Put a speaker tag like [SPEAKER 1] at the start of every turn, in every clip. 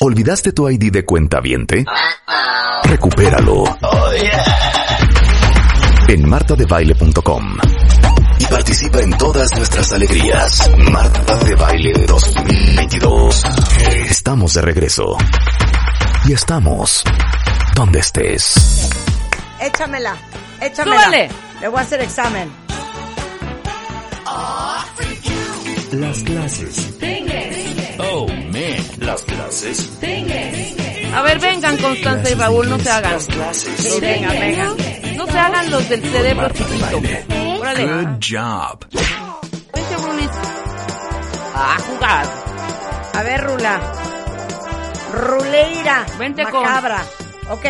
[SPEAKER 1] ¿Olvidaste tu ID de cuenta viente? Recupéralo en martadebaile.com y participa en todas nuestras alegrías. Marta de Baile 2022. Estamos de regreso. Y estamos donde estés.
[SPEAKER 2] Échamela, échamela.
[SPEAKER 3] Súbale.
[SPEAKER 2] Le voy a hacer examen.
[SPEAKER 1] Las clases. Oh, man. Las clases.
[SPEAKER 3] A ver, vengan Constanza y Raúl, no se hagan.
[SPEAKER 2] Sí, venga, venga.
[SPEAKER 3] No se hagan los del cerebro chiquito. Órale.
[SPEAKER 4] Good job.
[SPEAKER 3] Vente, Brunis. A Ah, jugar.
[SPEAKER 2] A ver, Rula. Ruleira.
[SPEAKER 3] Vente con-
[SPEAKER 2] macabra. Ok.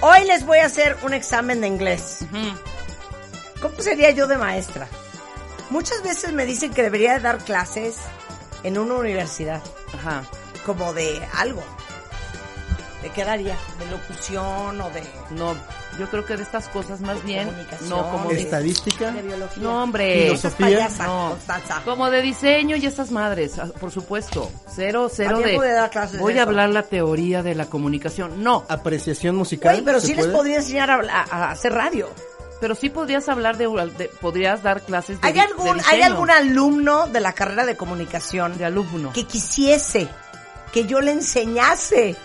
[SPEAKER 2] Hoy les voy a hacer un examen de inglés.
[SPEAKER 3] Ujú.
[SPEAKER 2] ¿Cómo sería yo de maestra? Muchas veces me dicen que debería dar clases en una universidad,
[SPEAKER 3] Ajá.
[SPEAKER 2] como de algo. ¿De qué daría? ¿De locución o de,
[SPEAKER 3] No, yo creo que de estas cosas más bien.
[SPEAKER 2] comunicación?
[SPEAKER 3] No, como
[SPEAKER 2] de-
[SPEAKER 3] de,
[SPEAKER 5] Estadística.
[SPEAKER 2] de biología?
[SPEAKER 3] No, hombre.
[SPEAKER 2] Eso es
[SPEAKER 5] Filosofía.
[SPEAKER 2] payasa,
[SPEAKER 3] No.
[SPEAKER 2] Constanza.
[SPEAKER 3] como de diseño y estas madres, ah, por supuesto. Cero, cero
[SPEAKER 2] También
[SPEAKER 3] de.
[SPEAKER 2] pude dar clases de
[SPEAKER 3] Voy
[SPEAKER 2] eso.
[SPEAKER 3] a hablar la teoría de la comunicación. No,
[SPEAKER 5] Apreciación musical.
[SPEAKER 2] Güey, pero
[SPEAKER 5] ¿se
[SPEAKER 2] sí les
[SPEAKER 5] puede?
[SPEAKER 2] podría enseñar a, habla- a hacer radio.
[SPEAKER 3] pero sí podrías hablar de, de- podrías dar clases de.
[SPEAKER 2] ¿Hay
[SPEAKER 3] di- de
[SPEAKER 2] algún, ¿Hay
[SPEAKER 3] diseño,
[SPEAKER 2] algún alumno de la carrera de comunicación
[SPEAKER 3] de alumno?
[SPEAKER 2] que quisiese que yo le enseñase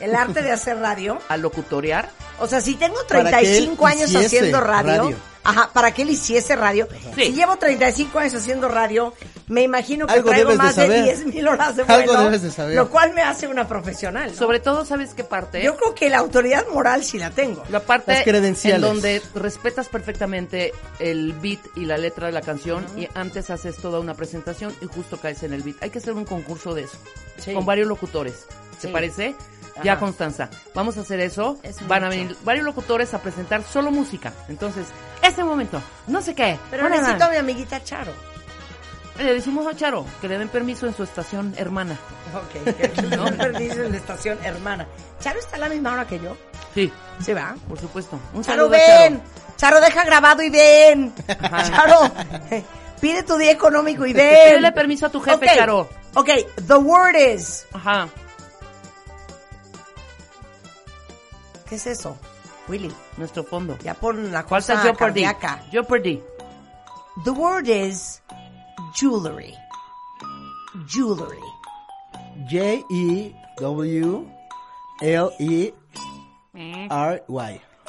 [SPEAKER 2] el arte de hacer radio?
[SPEAKER 3] ¿A locutorear?
[SPEAKER 2] O sea, si tengo
[SPEAKER 5] Para que él
[SPEAKER 2] 35 años
[SPEAKER 5] hiciese
[SPEAKER 2] haciendo radio,
[SPEAKER 5] radio.
[SPEAKER 2] ajá, para que él hiciese radio.
[SPEAKER 3] Sí.
[SPEAKER 2] Si llevo 35 años haciendo radio, me imagino que
[SPEAKER 5] Algo
[SPEAKER 2] traigo
[SPEAKER 5] debes de
[SPEAKER 2] más de,
[SPEAKER 5] saber.
[SPEAKER 2] 10 mil horas de vuelo.
[SPEAKER 5] Algo debes de saber.
[SPEAKER 2] Lo cual me hace una profesional. ¿no?
[SPEAKER 3] Sobre todo, ¿sabes qué parte?
[SPEAKER 2] Yo creo que la autoridad moral sí la tengo.
[SPEAKER 3] La parte
[SPEAKER 5] Las credenciales.
[SPEAKER 3] en donde respetas perfectamente el beat y la letra de la canción y antes haces toda una presentación y justo caes en el beat. Hay que hacer un concurso de eso,
[SPEAKER 2] Sí.
[SPEAKER 3] con varios locutores. ¿Te
[SPEAKER 2] Sí.
[SPEAKER 3] parece?
[SPEAKER 2] Ajá.
[SPEAKER 3] Ya, Constanza, vamos a hacer eso.
[SPEAKER 2] Es
[SPEAKER 3] Van a
[SPEAKER 2] mucho.
[SPEAKER 3] venir varios locutores a presentar solo música. Entonces, este momento, no sé qué.
[SPEAKER 2] Pero
[SPEAKER 3] ahora
[SPEAKER 2] necesito a
[SPEAKER 3] va.
[SPEAKER 2] mi amiguita Charo.
[SPEAKER 3] Le decimos a Charo que le den permiso en su estación hermana.
[SPEAKER 2] Ok, que
[SPEAKER 3] No.
[SPEAKER 2] no perdí en la estación hermana. Charo está a la misma hora que yo.
[SPEAKER 3] Sí,
[SPEAKER 2] ¿Se va?
[SPEAKER 3] por supuesto. Un
[SPEAKER 2] Charo,
[SPEAKER 3] saludo a Charo.
[SPEAKER 2] ven. Charo, deja grabado y ven.
[SPEAKER 3] Ajá.
[SPEAKER 2] Charo, eh, pide tu día económico y ven.
[SPEAKER 3] Pídele permiso a tu
[SPEAKER 2] Ok,
[SPEAKER 3] jefe, Charo.
[SPEAKER 2] Ok, the word is.
[SPEAKER 3] Ajá.
[SPEAKER 2] ¿Qué es eso? Willy,
[SPEAKER 3] Nuestro fondo.
[SPEAKER 2] ya pon la
[SPEAKER 3] ¿Cuál
[SPEAKER 2] cosa
[SPEAKER 3] está Jeopardy?
[SPEAKER 2] cardíaca.
[SPEAKER 3] Jeopardy.
[SPEAKER 2] The word is jewelry. Jewelry.
[SPEAKER 5] E J-E-W-L-E-R-Y. E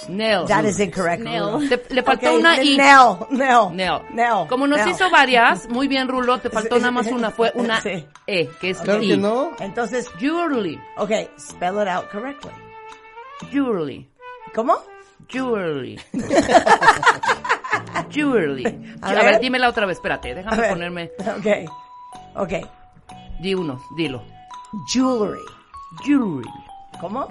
[SPEAKER 3] Nail.
[SPEAKER 2] That is incorrect.
[SPEAKER 6] Nail.
[SPEAKER 2] Rulo.
[SPEAKER 3] Te- le faltó
[SPEAKER 2] Ok,
[SPEAKER 3] una I.
[SPEAKER 2] Nail, nail.
[SPEAKER 3] Nail.
[SPEAKER 2] Nail.
[SPEAKER 3] Como nos
[SPEAKER 2] nail.
[SPEAKER 3] hizo varias, muy bien, Rulo, te faltó
[SPEAKER 2] Sí,
[SPEAKER 3] nada más
[SPEAKER 2] sí.
[SPEAKER 3] una, fue una
[SPEAKER 2] Sí.
[SPEAKER 3] E, que es
[SPEAKER 5] Claro
[SPEAKER 3] I.
[SPEAKER 5] que no.
[SPEAKER 2] Entonces,
[SPEAKER 3] Jewelry.
[SPEAKER 2] ok, spell it out correctly.
[SPEAKER 3] Jewelry.
[SPEAKER 2] ¿Cómo?
[SPEAKER 3] Jewelry. Jewelry.
[SPEAKER 2] A
[SPEAKER 3] A, ver,
[SPEAKER 2] ver.
[SPEAKER 3] dímela otra vez, espérate,
[SPEAKER 2] A
[SPEAKER 3] déjame
[SPEAKER 2] ver.
[SPEAKER 3] ponerme.
[SPEAKER 2] Ok. Ok.
[SPEAKER 3] Di uno, dilo.
[SPEAKER 2] Jewelry.
[SPEAKER 3] Jewelry.
[SPEAKER 2] ¿Cómo?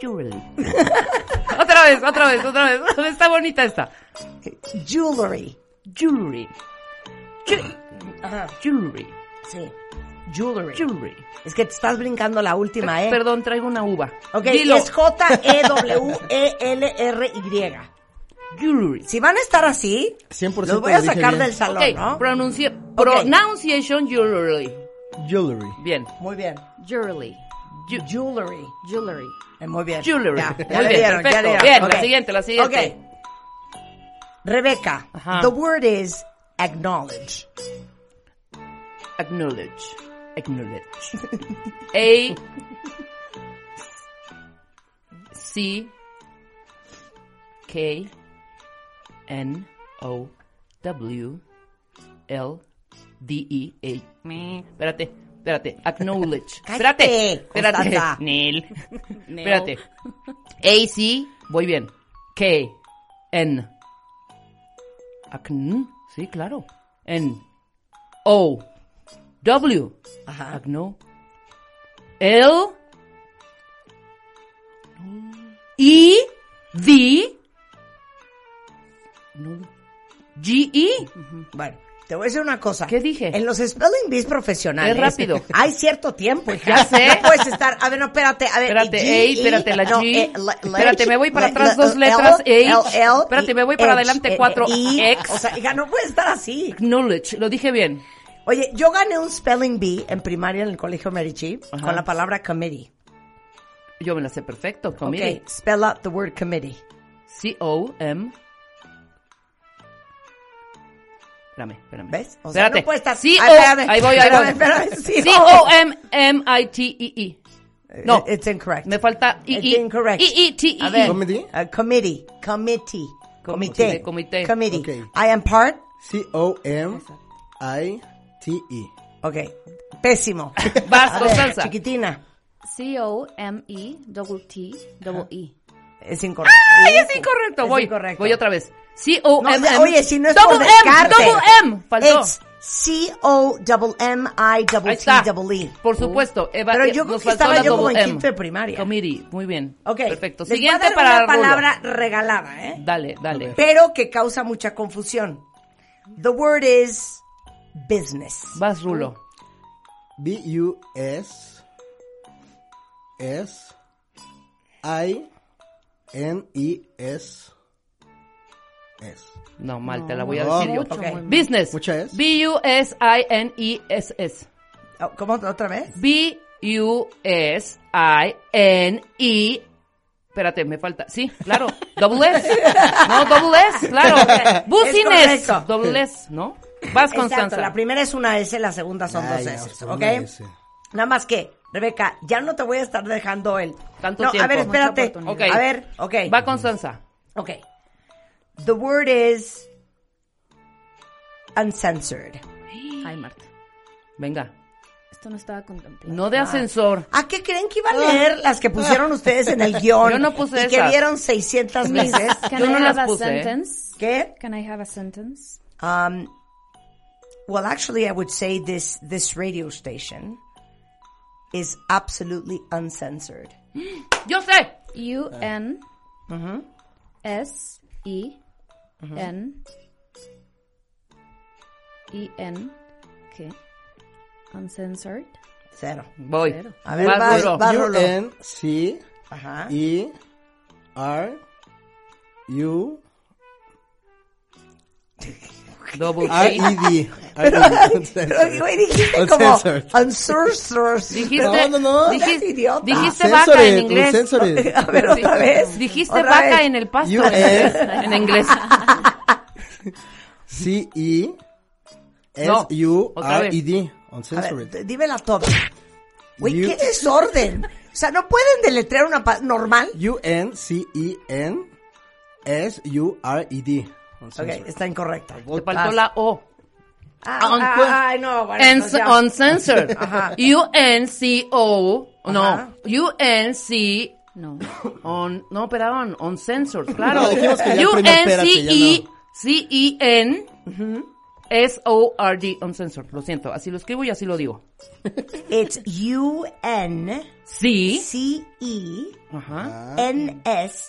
[SPEAKER 3] Jewelry. otra vez, otra vez, otra vez. Está bonita esta.
[SPEAKER 2] Jewelry.
[SPEAKER 3] Jewelry. Ju-
[SPEAKER 2] Ajá.
[SPEAKER 3] Jewelry.
[SPEAKER 2] Sí. Jewelry.
[SPEAKER 3] Jewelry.
[SPEAKER 2] Es que te estás brincando la última, ¿eh?
[SPEAKER 3] Perdón, traigo una uva.
[SPEAKER 2] Ok,
[SPEAKER 3] Dilo.
[SPEAKER 2] es E J-E-W-E-L-R-Y.
[SPEAKER 3] Jewelry.
[SPEAKER 2] Si van a estar así,
[SPEAKER 5] 100%
[SPEAKER 2] los voy a
[SPEAKER 5] lo dije
[SPEAKER 2] sacar
[SPEAKER 5] bien.
[SPEAKER 2] del salón,
[SPEAKER 3] Ok,
[SPEAKER 2] ¿no?
[SPEAKER 3] pronuncie- pronunciation jewelry.
[SPEAKER 5] Jewelry.
[SPEAKER 3] Bien.
[SPEAKER 2] Muy bien.
[SPEAKER 6] Jewelry.
[SPEAKER 3] Ju-
[SPEAKER 2] Jewelry.
[SPEAKER 6] Jewelry.
[SPEAKER 2] Eh, Muy bien.
[SPEAKER 3] Jewelry.
[SPEAKER 2] Ya,
[SPEAKER 3] Muy
[SPEAKER 2] ya le
[SPEAKER 3] bien,
[SPEAKER 2] dieron, ya le
[SPEAKER 3] perfecto.
[SPEAKER 2] dieron.
[SPEAKER 3] Bien, la
[SPEAKER 2] Ok.
[SPEAKER 3] siguiente, la siguiente.
[SPEAKER 2] Ok. Rebeca,
[SPEAKER 3] Ajá.
[SPEAKER 2] the word is acknowledge.
[SPEAKER 3] Acknowledge. Acknowledge. A. C. K. N. O. W. L. D. E. A.
[SPEAKER 6] Me.
[SPEAKER 3] Espérate, espérate. Acknowledge.
[SPEAKER 2] Cállate,
[SPEAKER 3] espérate, espérate.
[SPEAKER 2] Constanza.
[SPEAKER 3] Neil. Espérate. AC, voy bien. K, N. Acn, sí, claro. N. O. W.
[SPEAKER 2] Ajá.
[SPEAKER 3] Acno. L. E. D. No. G. E.
[SPEAKER 2] Bueno, te voy a decir una cosa.
[SPEAKER 3] ¿Qué dije?
[SPEAKER 2] En los spelling bees profesionales.
[SPEAKER 3] Es rápido. Pues
[SPEAKER 2] Hay cierto tiempo, hija.
[SPEAKER 3] Ya sé.
[SPEAKER 2] No puedes estar. A ver, no, espérate. A ver,
[SPEAKER 3] Espérate,
[SPEAKER 2] G,
[SPEAKER 3] ey, espérate, la
[SPEAKER 2] no,
[SPEAKER 3] G.
[SPEAKER 2] eh, la- la
[SPEAKER 3] Espérate,
[SPEAKER 2] H,
[SPEAKER 3] me voy para
[SPEAKER 2] la-
[SPEAKER 3] atrás
[SPEAKER 2] la-
[SPEAKER 3] dos letras,
[SPEAKER 2] L,
[SPEAKER 3] H.
[SPEAKER 2] L, L,
[SPEAKER 3] Espérate, me voy
[SPEAKER 2] y
[SPEAKER 3] para
[SPEAKER 2] H,
[SPEAKER 3] adelante
[SPEAKER 2] eh,
[SPEAKER 3] cuatro
[SPEAKER 2] I.
[SPEAKER 3] X.
[SPEAKER 2] O sea, hija, no puede estar así.
[SPEAKER 3] Acknowledge, lo dije bien.
[SPEAKER 2] Oye, yo gané un spelling bee en primaria en el colegio Medici
[SPEAKER 3] Ajá.
[SPEAKER 2] con la palabra committee.
[SPEAKER 3] Yo me la sé perfecto,
[SPEAKER 2] Okay,
[SPEAKER 3] committee.
[SPEAKER 2] spell out the word committee.
[SPEAKER 3] C-O-M. Espérame, espérame.
[SPEAKER 2] ¿Ves? O sea,
[SPEAKER 3] Espérate.
[SPEAKER 2] no puede estar-
[SPEAKER 3] C-O-
[SPEAKER 2] Ah, espérame.
[SPEAKER 3] ahí voy, ahí
[SPEAKER 2] Espérame,
[SPEAKER 3] voy.
[SPEAKER 2] espérame. oh.
[SPEAKER 3] C-O-M-M-I-T-E-E. E. eh, No,
[SPEAKER 2] It's incorrect.
[SPEAKER 3] me falta E,
[SPEAKER 2] It's
[SPEAKER 3] I-I.
[SPEAKER 2] incorrect.
[SPEAKER 3] I-I-T-E-E.
[SPEAKER 2] eh, A ver.
[SPEAKER 5] Committee?
[SPEAKER 2] Uh, committee. Committee. Comité.
[SPEAKER 3] Comité, comité.
[SPEAKER 2] Committee.
[SPEAKER 5] Ok.
[SPEAKER 2] I am part.
[SPEAKER 5] C-O-M-I-T-E.
[SPEAKER 2] Ok. Pésimo.
[SPEAKER 3] Vas,
[SPEAKER 2] A ver,
[SPEAKER 3] Constanza.
[SPEAKER 2] Chiquitina.
[SPEAKER 4] C O M E double T double E.
[SPEAKER 2] Es incorrecto.
[SPEAKER 3] Ay, es incorrecto.
[SPEAKER 2] Es
[SPEAKER 3] Voy,
[SPEAKER 2] incorrecto.
[SPEAKER 3] voy otra vez.
[SPEAKER 2] No,
[SPEAKER 3] C-O-M-M.
[SPEAKER 2] oye, si no es
[SPEAKER 3] double
[SPEAKER 2] por
[SPEAKER 3] M,
[SPEAKER 2] descarte.
[SPEAKER 3] double M. Faltó.
[SPEAKER 2] It's C-O-M-M-I-T-T-E.
[SPEAKER 3] Ahí está.
[SPEAKER 2] E.
[SPEAKER 3] Por supuesto, Eva, eh,
[SPEAKER 2] Pero yo
[SPEAKER 3] nos
[SPEAKER 2] creo que
[SPEAKER 3] faltó
[SPEAKER 2] estaba
[SPEAKER 3] la
[SPEAKER 2] yo como
[SPEAKER 3] double
[SPEAKER 2] en
[SPEAKER 3] M.
[SPEAKER 2] quinto de primaria.
[SPEAKER 3] Committee, muy bien.
[SPEAKER 2] Ok.
[SPEAKER 3] Perfecto.
[SPEAKER 2] Les voy a
[SPEAKER 3] Siguiente
[SPEAKER 2] dar
[SPEAKER 3] para
[SPEAKER 2] una
[SPEAKER 3] Rulo.
[SPEAKER 2] palabra regalada, ¿eh?
[SPEAKER 3] Dale, dale.
[SPEAKER 2] Pero que causa mucha confusión. The word is business.
[SPEAKER 3] Vas, Rulo.
[SPEAKER 5] B-U-S. S. I. N-I-S. S.
[SPEAKER 3] No, mal, te la voy a
[SPEAKER 5] No.
[SPEAKER 3] decir yo.
[SPEAKER 2] Mucho,
[SPEAKER 3] Ok.
[SPEAKER 2] muy mal.
[SPEAKER 3] Business.
[SPEAKER 5] Mucha es.
[SPEAKER 3] E B-U-S-I-N-E-S-S.
[SPEAKER 2] Oh, ¿Cómo otra vez?
[SPEAKER 3] B-U-S-I-N-E. E. Espérate, me falta. Sí, claro. Double S. No, double S, claro.
[SPEAKER 2] Es
[SPEAKER 3] Business.
[SPEAKER 2] correcto.
[SPEAKER 3] Double S, ¿no? Vas,
[SPEAKER 2] Exacto,
[SPEAKER 3] Constanza.
[SPEAKER 2] la primera es una S, la segunda son
[SPEAKER 5] Ay,
[SPEAKER 2] dos
[SPEAKER 5] no,
[SPEAKER 2] S,
[SPEAKER 5] por
[SPEAKER 2] ¿ok?
[SPEAKER 5] una S.
[SPEAKER 2] Nada más que, Rebeca, ya no te voy a estar dejando el...
[SPEAKER 3] Tanto
[SPEAKER 2] no, a
[SPEAKER 3] tiempo.
[SPEAKER 2] ver, espérate.
[SPEAKER 4] Mucha
[SPEAKER 3] oportunidad.
[SPEAKER 2] A ver, ok.
[SPEAKER 3] Va, Constanza.
[SPEAKER 2] Ok. The word is uncensored.
[SPEAKER 4] Ay, Marta.
[SPEAKER 3] Venga.
[SPEAKER 4] Esto no estaba contemplado.
[SPEAKER 3] No de ascensor.
[SPEAKER 2] ¿A qué creen que iba a leer las que pusieron ustedes en el guión?
[SPEAKER 3] Ah. Yo no puse
[SPEAKER 2] Y que
[SPEAKER 3] esas.
[SPEAKER 2] vieron 600
[SPEAKER 4] Miss,
[SPEAKER 2] veces.
[SPEAKER 4] Can
[SPEAKER 3] Yo
[SPEAKER 4] I
[SPEAKER 3] no las
[SPEAKER 4] have a
[SPEAKER 3] puse, ¿eh?
[SPEAKER 4] sentence?
[SPEAKER 2] ¿Qué?
[SPEAKER 4] Can I have a sentence?
[SPEAKER 2] Um, well, actually, I would say this, this radio station is absolutely uncensored.
[SPEAKER 3] Yo sé.
[SPEAKER 4] U N S E N E N ¿Qué? Uncensored.
[SPEAKER 2] Cero.
[SPEAKER 3] Voy.
[SPEAKER 2] A ver,
[SPEAKER 3] Vas,
[SPEAKER 2] vas,
[SPEAKER 3] Rulo.
[SPEAKER 2] vas. Bárbaro.
[SPEAKER 5] U-N-C.
[SPEAKER 2] Ajá.
[SPEAKER 5] E R U
[SPEAKER 3] Double
[SPEAKER 5] R
[SPEAKER 3] S.
[SPEAKER 5] E D.
[SPEAKER 2] Pero, güey, dijiste como
[SPEAKER 5] Uncensored.
[SPEAKER 2] uncensored.
[SPEAKER 3] Dijiste,
[SPEAKER 5] No, no, no.
[SPEAKER 2] Estás
[SPEAKER 3] dijiste,
[SPEAKER 2] idiota.
[SPEAKER 3] dijiste
[SPEAKER 5] Censored,
[SPEAKER 3] vaca en
[SPEAKER 5] un
[SPEAKER 3] inglés.
[SPEAKER 5] censored.
[SPEAKER 2] A ver, otra vez.
[SPEAKER 3] Dijiste
[SPEAKER 2] Otra
[SPEAKER 3] vaca
[SPEAKER 2] vez.
[SPEAKER 3] en el pasto.
[SPEAKER 5] You
[SPEAKER 3] en- en inglés.
[SPEAKER 5] C E S
[SPEAKER 3] No,
[SPEAKER 5] U
[SPEAKER 3] otra
[SPEAKER 5] R
[SPEAKER 3] vez.
[SPEAKER 5] E D.
[SPEAKER 2] A ver,
[SPEAKER 5] Uncensored.
[SPEAKER 2] d- dime la top. Güey,
[SPEAKER 5] You-
[SPEAKER 2] qué desorden. O sea, no pueden deletrear una pa- normal.
[SPEAKER 5] U N C E N S U R E D.
[SPEAKER 2] Ok,
[SPEAKER 5] Uncensored.
[SPEAKER 2] está incorrecta.
[SPEAKER 3] Te faltó la O.
[SPEAKER 2] Ah, ah, ay, no, bueno,
[SPEAKER 3] En-
[SPEAKER 2] entonces ya.
[SPEAKER 3] uncensored.
[SPEAKER 2] Ajá.
[SPEAKER 3] U-N-C-O.
[SPEAKER 2] Ajá.
[SPEAKER 3] No. U-N-C.
[SPEAKER 4] No.
[SPEAKER 3] On, no, perdón. Uncensored. Claro.
[SPEAKER 5] No, dijimos que ya primero, espérate, ya no.
[SPEAKER 3] U-N-C-E-C-E-N. S-O-R-D. Uncensored. Lo siento. Así lo escribo y así lo digo.
[SPEAKER 2] It's U N
[SPEAKER 3] C.
[SPEAKER 2] C E
[SPEAKER 3] Ajá.
[SPEAKER 2] N S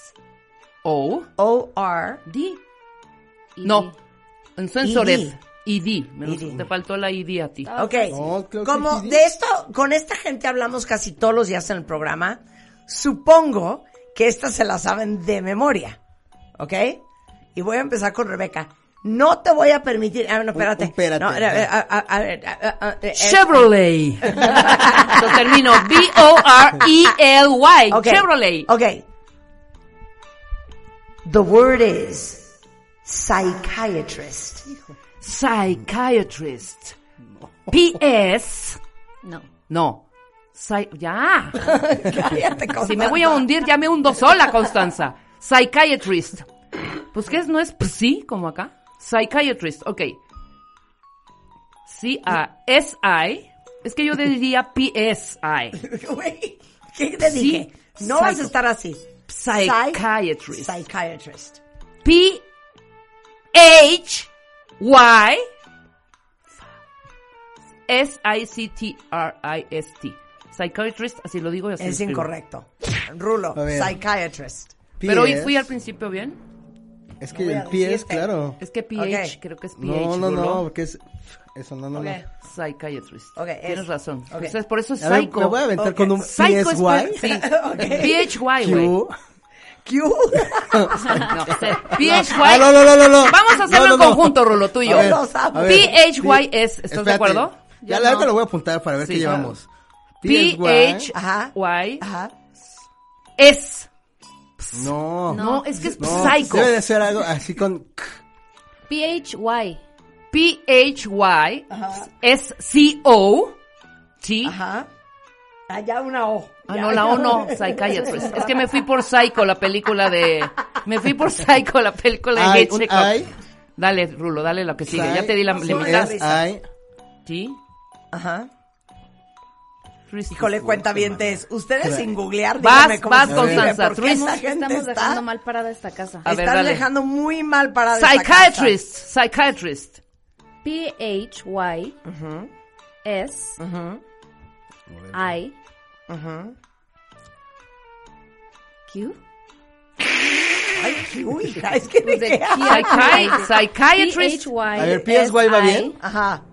[SPEAKER 3] O.
[SPEAKER 2] O R.
[SPEAKER 3] D.
[SPEAKER 4] E
[SPEAKER 3] No. Uncensored. ID. Menos-
[SPEAKER 2] ID.
[SPEAKER 3] Te faltó la ID a ti.
[SPEAKER 2] Ok.
[SPEAKER 5] No, creo que
[SPEAKER 2] Como
[SPEAKER 5] sí.
[SPEAKER 2] de esto, con esta gente hablamos casi todos los días en el programa. Supongo que estas se las saben de memoria. ¿Ok? Y voy a empezar con Rebeca. No te voy a permitir. Ah, no, espérate.
[SPEAKER 5] un espérate.
[SPEAKER 2] No, a ver, a- a- a ver, a- a- a- eh,
[SPEAKER 3] Chevrolet. Lo termino. B-O-R-E-L-Y.
[SPEAKER 2] okay.
[SPEAKER 3] E Chevrolet.
[SPEAKER 2] Ok. The word is psychiatrist.
[SPEAKER 3] Psychiatrist. P.S.
[SPEAKER 4] No.
[SPEAKER 3] No. Psy- ya.
[SPEAKER 2] Cállate,
[SPEAKER 3] Si me voy a hundir, ya me hundo sola, Constanza. Psychiatrist. Pues que es, no es psi como acá. Psychiatrist, ok. C-A-S-I. Es que yo diría P-S-I.
[SPEAKER 2] Güey, ¿Qué te
[SPEAKER 3] Sí,
[SPEAKER 2] dije? No
[SPEAKER 3] psycho.
[SPEAKER 2] vas a estar así.
[SPEAKER 3] Psychiatrist.
[SPEAKER 2] Psychiatrist.
[SPEAKER 3] P H Y S I C T R I S T. Psychiatrist, así lo digo y así lo
[SPEAKER 2] Es
[SPEAKER 3] escribo.
[SPEAKER 2] incorrecto. Rulo,
[SPEAKER 5] A ver.
[SPEAKER 2] psychiatrist.
[SPEAKER 3] Pero hoy
[SPEAKER 5] PS.
[SPEAKER 3] fui al principio bien.
[SPEAKER 5] Es
[SPEAKER 2] No
[SPEAKER 5] que
[SPEAKER 2] voy a
[SPEAKER 5] el P es
[SPEAKER 2] decirte.
[SPEAKER 5] claro.
[SPEAKER 3] Es que PH,
[SPEAKER 2] Ok.
[SPEAKER 3] creo que es PH.
[SPEAKER 5] No, no,
[SPEAKER 3] Rulo.
[SPEAKER 5] no, porque es eso no, no, no.
[SPEAKER 2] Ok.
[SPEAKER 3] Psychiatrist.
[SPEAKER 2] Ok, es-
[SPEAKER 3] Tienes razón.
[SPEAKER 2] ok.
[SPEAKER 3] Entonces, por eso es
[SPEAKER 5] A ver,
[SPEAKER 3] psycho.
[SPEAKER 5] me voy a aventar
[SPEAKER 2] Ok.
[SPEAKER 5] con un
[SPEAKER 3] Psycho es
[SPEAKER 5] PSY.
[SPEAKER 3] Sí.
[SPEAKER 2] Ok.
[SPEAKER 3] PHY, güey.
[SPEAKER 5] Q.
[SPEAKER 2] Q.
[SPEAKER 3] No,
[SPEAKER 5] Ah,
[SPEAKER 3] PHY.
[SPEAKER 5] no, no, no, no, no.
[SPEAKER 3] Vamos a hacerlo
[SPEAKER 5] No,
[SPEAKER 3] en
[SPEAKER 5] no, no.
[SPEAKER 3] conjunto, Rulo, tú y yo.
[SPEAKER 5] A ver,
[SPEAKER 2] Los amo.
[SPEAKER 5] a ver.
[SPEAKER 3] PHYS, ¿estás de
[SPEAKER 5] Espérate.
[SPEAKER 3] acuerdo?
[SPEAKER 5] Ya
[SPEAKER 4] Yo
[SPEAKER 5] la
[SPEAKER 4] no.
[SPEAKER 5] neta lo voy a apuntar para ver
[SPEAKER 3] Sí,
[SPEAKER 5] qué
[SPEAKER 3] claro.
[SPEAKER 5] llevamos. PHY.
[SPEAKER 2] Ajá.
[SPEAKER 3] PHY
[SPEAKER 2] Ajá.
[SPEAKER 3] es.
[SPEAKER 5] No.
[SPEAKER 4] No.
[SPEAKER 3] No, es que es
[SPEAKER 5] No,
[SPEAKER 3] psycho.
[SPEAKER 5] Debe de ser algo así con. k.
[SPEAKER 4] PHY.
[SPEAKER 3] PHY es CO. T.
[SPEAKER 2] Ajá. Allá una O.
[SPEAKER 3] Ah,
[SPEAKER 2] Ya,
[SPEAKER 3] no, la
[SPEAKER 2] ya.
[SPEAKER 3] O no, psychiatrist. Es que me fui por Psycho, la película de... Me fui por Psycho, la película de
[SPEAKER 5] I,
[SPEAKER 3] Hitchcock.
[SPEAKER 5] un I.
[SPEAKER 3] Dale, Rulo, dale la que sigue. ya te di la
[SPEAKER 5] Psy,
[SPEAKER 3] limitada.
[SPEAKER 5] S, I.
[SPEAKER 3] Sí.
[SPEAKER 2] Ajá. Híjole, cuenta es. Ustedes
[SPEAKER 5] Claro.
[SPEAKER 2] sin googlear,
[SPEAKER 3] Vas,
[SPEAKER 2] díganme cómo
[SPEAKER 3] vas,
[SPEAKER 2] se escribe,
[SPEAKER 3] Constanza,
[SPEAKER 2] porque
[SPEAKER 3] Ruiz.
[SPEAKER 2] esta gente
[SPEAKER 4] Estamos
[SPEAKER 2] está-
[SPEAKER 4] dejando mal parada esta casa.
[SPEAKER 3] A ver,
[SPEAKER 2] están
[SPEAKER 3] dale.
[SPEAKER 2] dejando muy mal parada esta
[SPEAKER 3] Psychiatrist, psychiatrist.
[SPEAKER 4] PHY S I Q
[SPEAKER 2] casa. Ay, qué- uy, hija, es que ni qué-
[SPEAKER 3] Psychi- psychiatrist.
[SPEAKER 4] PHY
[SPEAKER 5] A ver, PSY va bien.
[SPEAKER 2] Ajá.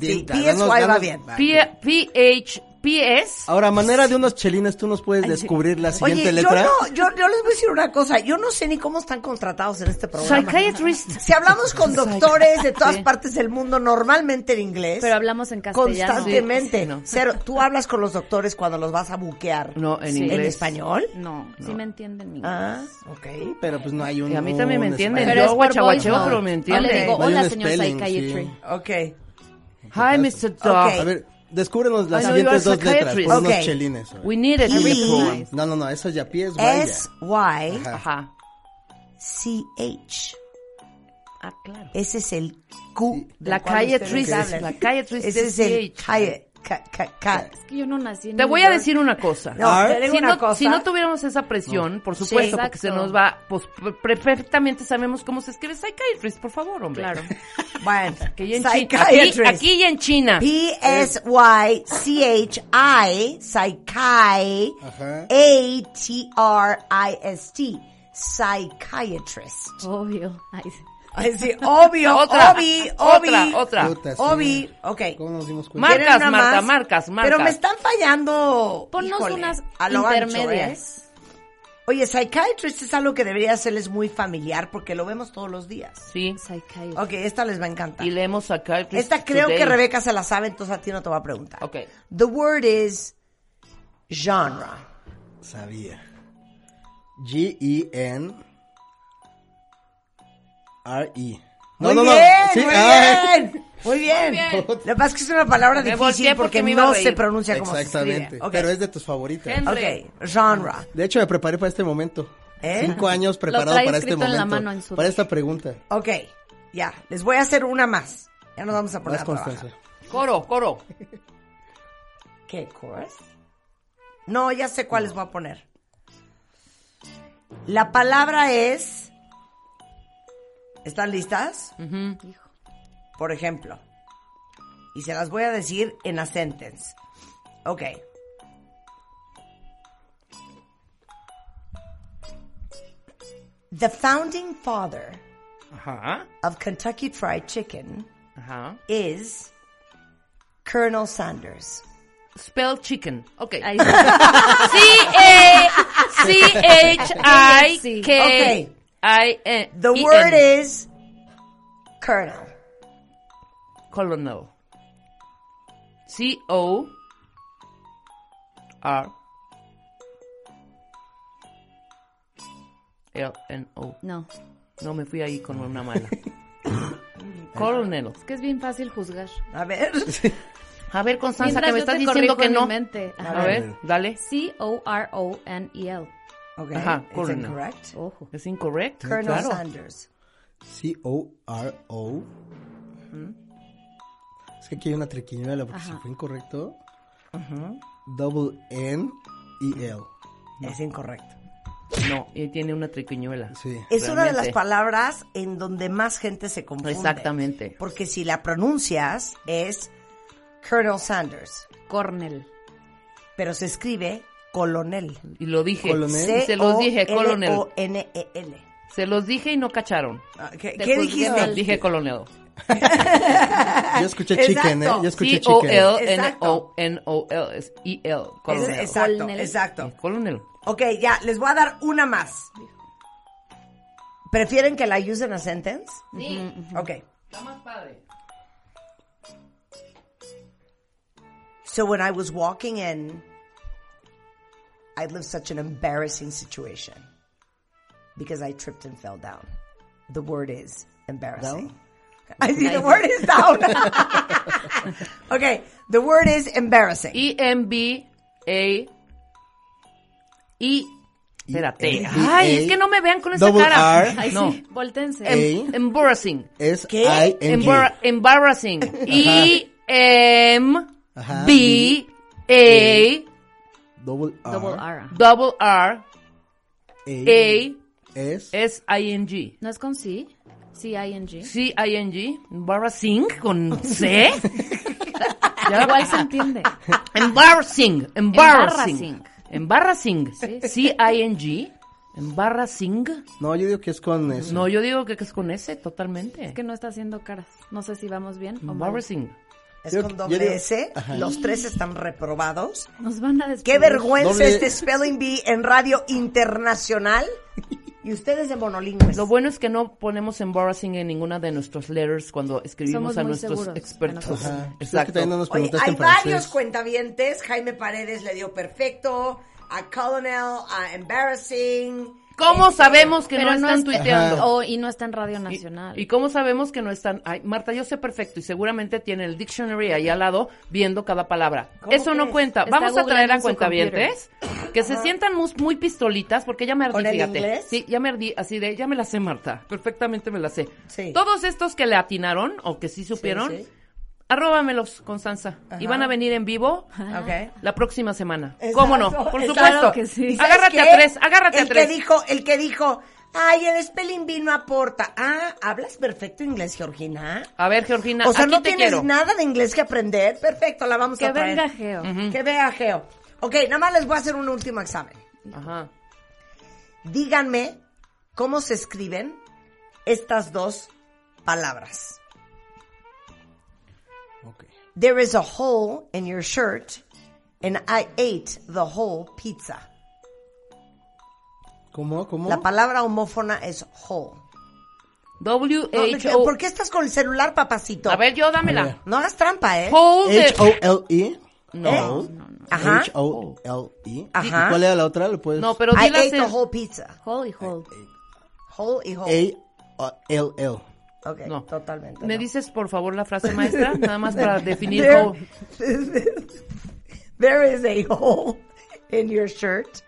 [SPEAKER 2] Sí,
[SPEAKER 5] Bien,
[SPEAKER 2] PSY
[SPEAKER 5] danos-
[SPEAKER 2] va
[SPEAKER 5] danos-
[SPEAKER 2] bien.
[SPEAKER 5] va.
[SPEAKER 3] P- PH, PS.
[SPEAKER 2] Oh,
[SPEAKER 5] Ahora, a manera de unos chelines, tú nos puedes descubrir la siguiente
[SPEAKER 2] Oye,
[SPEAKER 5] letra.
[SPEAKER 2] yo no, yo, yo les voy a decir una cosa. Yo no sé ni cómo están contratados en este programa.
[SPEAKER 3] Psychiatrist.
[SPEAKER 2] Si hablamos con doctores de todas partes del mundo, normalmente en inglés,
[SPEAKER 4] Pero hablamos en castellano.
[SPEAKER 2] constantemente.
[SPEAKER 3] Sí, no.
[SPEAKER 2] Cero. ¿Tú hablas con los doctores cuando los vas a buquear?
[SPEAKER 3] No, en
[SPEAKER 2] ¿En
[SPEAKER 3] inglés.
[SPEAKER 2] español?
[SPEAKER 4] No, sí me entienden. mi-
[SPEAKER 2] Ah, ok.
[SPEAKER 5] Pero pues no hay un.
[SPEAKER 3] Y a mí también me
[SPEAKER 5] un
[SPEAKER 3] entienden.
[SPEAKER 5] español.
[SPEAKER 4] Pero
[SPEAKER 3] Yo
[SPEAKER 4] es por
[SPEAKER 3] guachaguacheo,
[SPEAKER 4] voice note.
[SPEAKER 3] pero me entienden.
[SPEAKER 4] Yo le digo,
[SPEAKER 5] No hay un
[SPEAKER 4] hola, señor
[SPEAKER 5] spelling,
[SPEAKER 4] psychiatry.
[SPEAKER 5] sí.
[SPEAKER 2] Ok.
[SPEAKER 3] Hi, Mr. Dog.
[SPEAKER 2] Ok.
[SPEAKER 5] A ver, descúbrenos
[SPEAKER 3] Ay,
[SPEAKER 5] las
[SPEAKER 3] no,
[SPEAKER 5] siguientes
[SPEAKER 3] you are
[SPEAKER 5] dos letras.
[SPEAKER 3] psychiatrist.
[SPEAKER 5] Con
[SPEAKER 2] Ok.
[SPEAKER 5] unos chelines. a ver.
[SPEAKER 3] We need it in the program.
[SPEAKER 5] No, no, no, eso ya PSY. ya.
[SPEAKER 2] S-Y-C-H.
[SPEAKER 3] Ajá.
[SPEAKER 4] Ah, claro.
[SPEAKER 2] Ese es el Q. del
[SPEAKER 3] La
[SPEAKER 2] cual ustedes
[SPEAKER 3] Psychiatrist,
[SPEAKER 2] hablan.
[SPEAKER 3] la Psychiatrist
[SPEAKER 2] Ese es el
[SPEAKER 3] PH.
[SPEAKER 2] calle- ca- ca- ca-
[SPEAKER 4] Es que yo no nací en
[SPEAKER 3] Te
[SPEAKER 4] New
[SPEAKER 3] voy a
[SPEAKER 4] York.
[SPEAKER 3] decir una cosa.
[SPEAKER 2] No, te digo
[SPEAKER 3] si,
[SPEAKER 2] una
[SPEAKER 3] no,
[SPEAKER 2] cosa.
[SPEAKER 3] si no tuviéramos esa presión, por supuesto, porque
[SPEAKER 4] exacto.
[SPEAKER 3] se nos va, pues per- perfectamente sabemos cómo se escribe psychiatrist, por favor, hombre.
[SPEAKER 4] Claro.
[SPEAKER 2] Bueno,
[SPEAKER 3] Que ya en China. Aquí,
[SPEAKER 2] psychiatrist.
[SPEAKER 3] aquí y en China.
[SPEAKER 2] P-S-Y-C-H-I,
[SPEAKER 5] Ajá.
[SPEAKER 2] A-T-R-I-S-T, psychiatrist.
[SPEAKER 4] Obvio. Ay, sí.
[SPEAKER 2] Ay, sí, obvio,
[SPEAKER 3] Otra,
[SPEAKER 2] obi, obi,
[SPEAKER 3] otra, otra.
[SPEAKER 5] Puta, sí.
[SPEAKER 2] obi, ok.
[SPEAKER 5] ¿Cómo nos dimos cuenta?
[SPEAKER 3] Marcas,
[SPEAKER 2] ¿Quieren una
[SPEAKER 3] Marta,
[SPEAKER 2] más?
[SPEAKER 3] marcas, marcas.
[SPEAKER 2] Pero me están fallando.
[SPEAKER 4] Ponnos
[SPEAKER 2] híjole,
[SPEAKER 4] unas
[SPEAKER 2] a lo ancho, ¿eh?
[SPEAKER 4] intermedias.
[SPEAKER 2] Oye, psychiatrist es algo que debería hacerles muy familiar porque lo vemos todos los días.
[SPEAKER 3] Sí.
[SPEAKER 4] Psychiatry.
[SPEAKER 2] Ok, esta les va a encantar.
[SPEAKER 3] Y leemos psychiatrist.
[SPEAKER 2] Esta creo
[SPEAKER 3] today.
[SPEAKER 2] que Rebeca se la sabe, entonces a ti no te va a preguntar.
[SPEAKER 3] Ok.
[SPEAKER 2] The word is genre.
[SPEAKER 5] Sabía. E G-E-N. R-E. E. No,
[SPEAKER 2] muy
[SPEAKER 5] no, no.
[SPEAKER 2] bien,
[SPEAKER 5] Sí,
[SPEAKER 2] muy,
[SPEAKER 5] ah,
[SPEAKER 2] bien, muy bien,
[SPEAKER 5] bien.
[SPEAKER 2] Lo que pasa es que es una palabra
[SPEAKER 3] Me
[SPEAKER 2] difícil
[SPEAKER 3] volteé
[SPEAKER 2] porque
[SPEAKER 3] porque me iba a
[SPEAKER 2] no
[SPEAKER 3] reír.
[SPEAKER 2] se pronuncia como se
[SPEAKER 5] Exactamente.
[SPEAKER 2] escribe. Ok,
[SPEAKER 5] Pero es de tus favoritas.
[SPEAKER 3] Henry.
[SPEAKER 2] ok, genre.
[SPEAKER 5] De hecho, me preparé para este momento.
[SPEAKER 2] ¿Eh?
[SPEAKER 5] Cinco años preparado
[SPEAKER 4] trae
[SPEAKER 5] para este
[SPEAKER 4] escrito
[SPEAKER 5] momento.
[SPEAKER 4] en la mano, en su-
[SPEAKER 5] Para esta pregunta.
[SPEAKER 2] Ok, ya, les voy a hacer una más. Ya nos vamos a poner
[SPEAKER 5] Más
[SPEAKER 2] a trabajar.
[SPEAKER 5] constancia.
[SPEAKER 3] Coro, coro.
[SPEAKER 2] ¿Qué? ¿Chorus? No, ya sé cuál les voy a poner. La palabra es... ¿Están listas?
[SPEAKER 4] Hijo.
[SPEAKER 2] Por ejemplo. Y se las voy a decir en a sentence. Ok. The founding father
[SPEAKER 3] Ajá.
[SPEAKER 2] of Kentucky Fried Chicken
[SPEAKER 3] Ajá.
[SPEAKER 2] is Colonel Sanders.
[SPEAKER 3] Spell chicken. Ok.
[SPEAKER 4] Ahí está. eh.
[SPEAKER 2] Okay.
[SPEAKER 3] C-H-I-K-I-N.
[SPEAKER 2] The word is colonel.
[SPEAKER 3] Colonel. C-O-R. L-N-O.
[SPEAKER 4] No.
[SPEAKER 3] No me fui ahí con una mala. Colonel.
[SPEAKER 4] Es que es bien fácil juzgar.
[SPEAKER 2] A ver.
[SPEAKER 3] A ver, Constanza,
[SPEAKER 4] Mientras
[SPEAKER 3] que me
[SPEAKER 4] yo
[SPEAKER 3] estás
[SPEAKER 4] te
[SPEAKER 3] diciendo
[SPEAKER 4] corrijo
[SPEAKER 3] que
[SPEAKER 4] en mi
[SPEAKER 3] no.
[SPEAKER 4] mente.
[SPEAKER 3] A
[SPEAKER 4] Ajá.
[SPEAKER 3] ver, dale.
[SPEAKER 4] C-O-R-O-N-E-L.
[SPEAKER 2] Okay.
[SPEAKER 3] Ajá,
[SPEAKER 2] it's
[SPEAKER 3] colonel.
[SPEAKER 2] incorrect.
[SPEAKER 4] Ojo.
[SPEAKER 3] Es incorrecto.
[SPEAKER 2] Colonel
[SPEAKER 3] claro.
[SPEAKER 2] Sanders.
[SPEAKER 5] C-O-R-O. Es que aquí hay una triquiñuela porque si fue incorrecto. Double N y L.
[SPEAKER 2] Es incorrecto.
[SPEAKER 3] No, y tiene una triquiñuela.
[SPEAKER 5] Sí.
[SPEAKER 2] Es una de las
[SPEAKER 3] Realmente.
[SPEAKER 2] palabras en donde más gente se confunde.
[SPEAKER 3] Exactamente.
[SPEAKER 2] Porque si la pronuncias es Colonel Sanders,
[SPEAKER 4] Cornel.
[SPEAKER 2] pero se escribe colonel.
[SPEAKER 3] Y lo dije.
[SPEAKER 5] Colonel.
[SPEAKER 3] Y se los dije, colonel.
[SPEAKER 2] O N E L. Ah,
[SPEAKER 3] Se los dije y no cacharon. Pues,
[SPEAKER 2] ¿Qué,
[SPEAKER 4] Te
[SPEAKER 2] qué
[SPEAKER 4] juzgué
[SPEAKER 2] dijiste?
[SPEAKER 4] mal.
[SPEAKER 3] Dije colonel.
[SPEAKER 5] Yo escuché chicken, ¿eh?
[SPEAKER 2] Exacto.
[SPEAKER 5] Yo escuché chicken.
[SPEAKER 3] C-O-L-N-O-N-O-L. Es E-L.
[SPEAKER 2] Es-
[SPEAKER 3] Colonel. Ah,
[SPEAKER 2] exacto,
[SPEAKER 4] Colonel.
[SPEAKER 2] exacto.
[SPEAKER 3] Colonel.
[SPEAKER 2] Ok, ya, les voy a dar una más. ¿Prefieren que la use en a sentence?
[SPEAKER 3] Sí.
[SPEAKER 2] Ok.
[SPEAKER 3] Está más padre.
[SPEAKER 2] So when I was walking in, I lived such an embarrassing situation because I tripped and fell down. The word is embarrassing.
[SPEAKER 5] Down?
[SPEAKER 2] I see the word is down. okay, the word is embarrassing.
[SPEAKER 3] E-M-B-A. Y. Espérate.
[SPEAKER 5] E-M-B-A.
[SPEAKER 3] Ay, es que no me vean con esa
[SPEAKER 5] Double
[SPEAKER 3] cara.
[SPEAKER 5] R.
[SPEAKER 4] Ay,
[SPEAKER 3] no.
[SPEAKER 4] sí, voltense.
[SPEAKER 5] A.
[SPEAKER 3] Em- embarrassing.
[SPEAKER 5] Es
[SPEAKER 2] ¿Qué?
[SPEAKER 5] I N
[SPEAKER 3] Embar-
[SPEAKER 5] G.
[SPEAKER 3] embarrassing.
[SPEAKER 5] Ajá.
[SPEAKER 3] E-M-B-A.
[SPEAKER 5] Double R.
[SPEAKER 4] Double
[SPEAKER 3] ah.
[SPEAKER 4] R.
[SPEAKER 3] Double Eh, R.
[SPEAKER 5] A.
[SPEAKER 3] A.
[SPEAKER 5] Es.
[SPEAKER 3] eh. S-I-N-G.
[SPEAKER 4] ¿No es con C? C-I-N-G.
[SPEAKER 3] C-I-N-G. Embarrassing con C.
[SPEAKER 4] Igual se entiende.
[SPEAKER 3] Embarrassing. Embarrassing.
[SPEAKER 4] Embarrassing.
[SPEAKER 3] Embarrassing.
[SPEAKER 4] Sí.
[SPEAKER 3] C-I-N-G. Embarrassing.
[SPEAKER 5] No, yo digo que es con eso.
[SPEAKER 3] No, yo digo que, que es con S totalmente.
[SPEAKER 4] Es que no está haciendo caras. No sé si vamos bien o mal.
[SPEAKER 3] Embarrassing.
[SPEAKER 2] Es
[SPEAKER 5] Yo-
[SPEAKER 2] con
[SPEAKER 5] yo
[SPEAKER 2] doble
[SPEAKER 5] digo-
[SPEAKER 2] S. Los tres están reprobados.
[SPEAKER 4] Nos van a
[SPEAKER 2] Qué
[SPEAKER 4] despedir.
[SPEAKER 2] vergüenza
[SPEAKER 5] Doble-
[SPEAKER 2] este Spelling Bee en radio internacional. Y ustedes de
[SPEAKER 4] Pues
[SPEAKER 2] monolingües.
[SPEAKER 3] Lo bueno es que no ponemos embarrassing en ninguna de nuestros letters cuando escribimos
[SPEAKER 4] Somos
[SPEAKER 3] a
[SPEAKER 4] muy
[SPEAKER 3] nuestros
[SPEAKER 4] seguros de
[SPEAKER 3] expertos.
[SPEAKER 4] nosotros.
[SPEAKER 5] Ajá. Es que
[SPEAKER 3] Exacto.
[SPEAKER 5] también no nos
[SPEAKER 2] Oye,
[SPEAKER 5] preguntaste
[SPEAKER 2] hay
[SPEAKER 5] en francés.
[SPEAKER 2] varios cuentavientes. Jaime Paredes le dio perfecto. A Colonel, a Embarrassing.
[SPEAKER 3] ¿Cómo sabemos que
[SPEAKER 4] Pero
[SPEAKER 3] no
[SPEAKER 4] no
[SPEAKER 3] están
[SPEAKER 4] es-
[SPEAKER 3] tuiteando?
[SPEAKER 4] Oh, y no está en Radio
[SPEAKER 3] Y-
[SPEAKER 4] Nacional.
[SPEAKER 3] ¿Y, cómo sabemos que no están? Ay, Marta, yo sé perfecto y seguramente tiene el dictionary ahí al lado viendo cada palabra.
[SPEAKER 2] ¿Cómo
[SPEAKER 3] Eso no
[SPEAKER 2] crees?
[SPEAKER 3] cuenta.
[SPEAKER 4] Está
[SPEAKER 3] Vamos a traer
[SPEAKER 4] googleando
[SPEAKER 3] a
[SPEAKER 4] en su
[SPEAKER 3] cuentavientes que se sientan mus- muy, pistolitas porque ya me ardí,
[SPEAKER 2] ¿Con el
[SPEAKER 3] fíjate.
[SPEAKER 2] inglés?
[SPEAKER 3] Sí, ya me ardí así de, ya me la sé, Marta. Perfectamente me la sé.
[SPEAKER 2] Sí.
[SPEAKER 3] Todos estos que le atinaron o que sí supieron,
[SPEAKER 2] sí.
[SPEAKER 3] arróbamelos, Constanza. Y
[SPEAKER 2] Ajá.
[SPEAKER 3] van a venir en vivo.
[SPEAKER 2] Ok.
[SPEAKER 3] La próxima semana.
[SPEAKER 2] Exacto,
[SPEAKER 3] ¿Cómo no?
[SPEAKER 2] exacto.
[SPEAKER 3] Por supuesto.
[SPEAKER 4] Claro que sí.
[SPEAKER 2] ¿Y sabes
[SPEAKER 3] Agárrate
[SPEAKER 2] qué?
[SPEAKER 3] a tres, agárrate
[SPEAKER 2] el
[SPEAKER 3] a tres.
[SPEAKER 2] Que dijo, el que dijo, ay, el spelling bee no aporta. Ah, ¿hablas perfecto inglés, Georgina?
[SPEAKER 3] A ver, Georgina,
[SPEAKER 2] O sea,
[SPEAKER 3] aquí
[SPEAKER 2] no
[SPEAKER 3] te
[SPEAKER 2] tienes
[SPEAKER 3] quiero.
[SPEAKER 2] nada de inglés que aprender. Perfecto, la vamos
[SPEAKER 4] que
[SPEAKER 2] a traer.
[SPEAKER 4] venga Geo.
[SPEAKER 2] Que vea Geo. Ok, nada más les voy a hacer un último examen.
[SPEAKER 3] Ajá.
[SPEAKER 2] Díganme cómo se escriben estas dos palabras.
[SPEAKER 5] Ok.
[SPEAKER 2] There is a hole in your shirt and I ate the whole pizza.
[SPEAKER 5] ¿Cómo? ¿Cómo?
[SPEAKER 2] La palabra homófona es hole. No, me-
[SPEAKER 3] W-H-O.
[SPEAKER 2] ¿Por qué estás con el celular, papacito?
[SPEAKER 3] Eh, A ver, yo dámela.
[SPEAKER 2] No hagas trampa, ¿eh?
[SPEAKER 3] Hold the-
[SPEAKER 5] H-O-L-E.
[SPEAKER 3] No.
[SPEAKER 2] ¿Eh? Ajá.
[SPEAKER 5] H-O-L-E.
[SPEAKER 2] Ajá.
[SPEAKER 5] E? ¿Y cuál era la otra? ¿Lo puedes?
[SPEAKER 3] No, pero
[SPEAKER 2] I
[SPEAKER 3] dila
[SPEAKER 2] ate
[SPEAKER 3] en-
[SPEAKER 2] the whole pizza.
[SPEAKER 4] Hold y hold.
[SPEAKER 2] Whole y whole.
[SPEAKER 5] A-L-L.
[SPEAKER 2] Ok,
[SPEAKER 3] No.
[SPEAKER 2] totalmente.
[SPEAKER 3] ¿Me
[SPEAKER 2] no.
[SPEAKER 3] dices, por favor, la frase maestra? Nada más para definir
[SPEAKER 2] There,
[SPEAKER 3] cómo-
[SPEAKER 2] there is a hole in your shirt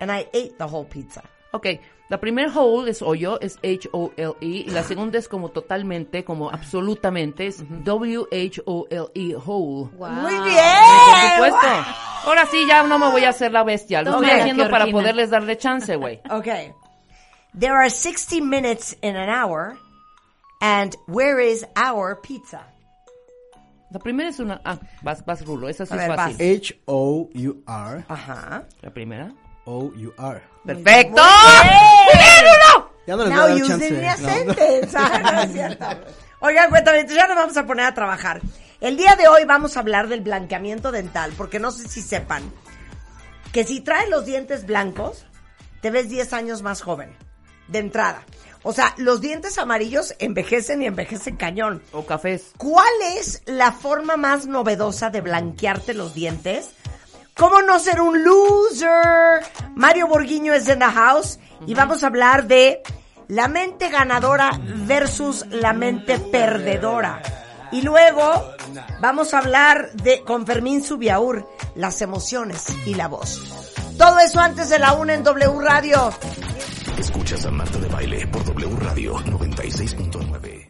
[SPEAKER 2] and I ate the whole pizza.
[SPEAKER 3] Ok. La primer hole es hoyo, es H-O-L-E. E, Y la segunda es como totalmente, como absolutamente, es W-H-O-L-E, hole.
[SPEAKER 4] Wow.
[SPEAKER 2] Muy
[SPEAKER 3] E, Por
[SPEAKER 2] bien.
[SPEAKER 3] supuesto. Ahora sí, ya no me voy a hacer la bestia. Lo estoy
[SPEAKER 4] Tómala,
[SPEAKER 3] haciendo para
[SPEAKER 4] Georgina.
[SPEAKER 3] poderles darle chance, güey.
[SPEAKER 2] Okay. There are 60 minutes in an hour and where is our pizza?
[SPEAKER 3] La primera es una... Ah, vas, vas, Rulo. Esa sí
[SPEAKER 2] A
[SPEAKER 3] es
[SPEAKER 2] ver,
[SPEAKER 3] fácil.
[SPEAKER 5] H-O-U-R.
[SPEAKER 2] Ajá.
[SPEAKER 3] La primera.
[SPEAKER 5] O-U-R.
[SPEAKER 3] ¡Perfecto!
[SPEAKER 2] Muy bien.
[SPEAKER 3] ¡Rulo!
[SPEAKER 5] Ya no les voy
[SPEAKER 2] Now
[SPEAKER 5] a dar
[SPEAKER 2] you
[SPEAKER 5] chance.
[SPEAKER 2] did me a
[SPEAKER 5] No.
[SPEAKER 2] sentence. Ah, no es cierto. Oigan, cuéntame, entonces ya nos vamos a poner a trabajar. El día de hoy vamos a hablar del blanqueamiento dental, porque no sé si sepan que si traes los dientes blancos, te ves 10 años más joven, de entrada. O sea, los dientes amarillos envejecen y envejecen cañón.
[SPEAKER 3] O cafés.
[SPEAKER 2] ¿Cuál es la forma más novedosa de blanquearte los dientes? ¿Cómo no ser un loser? Mario Borguiño es en the house y vamos a hablar de la mente ganadora versus la mente perdedora. Y luego vamos a hablar de con Fermín Subiaur, las emociones y la voz. Todo eso antes de la una en W Radio.
[SPEAKER 1] Escuchas a Marta de Baile por W Radio 96.9.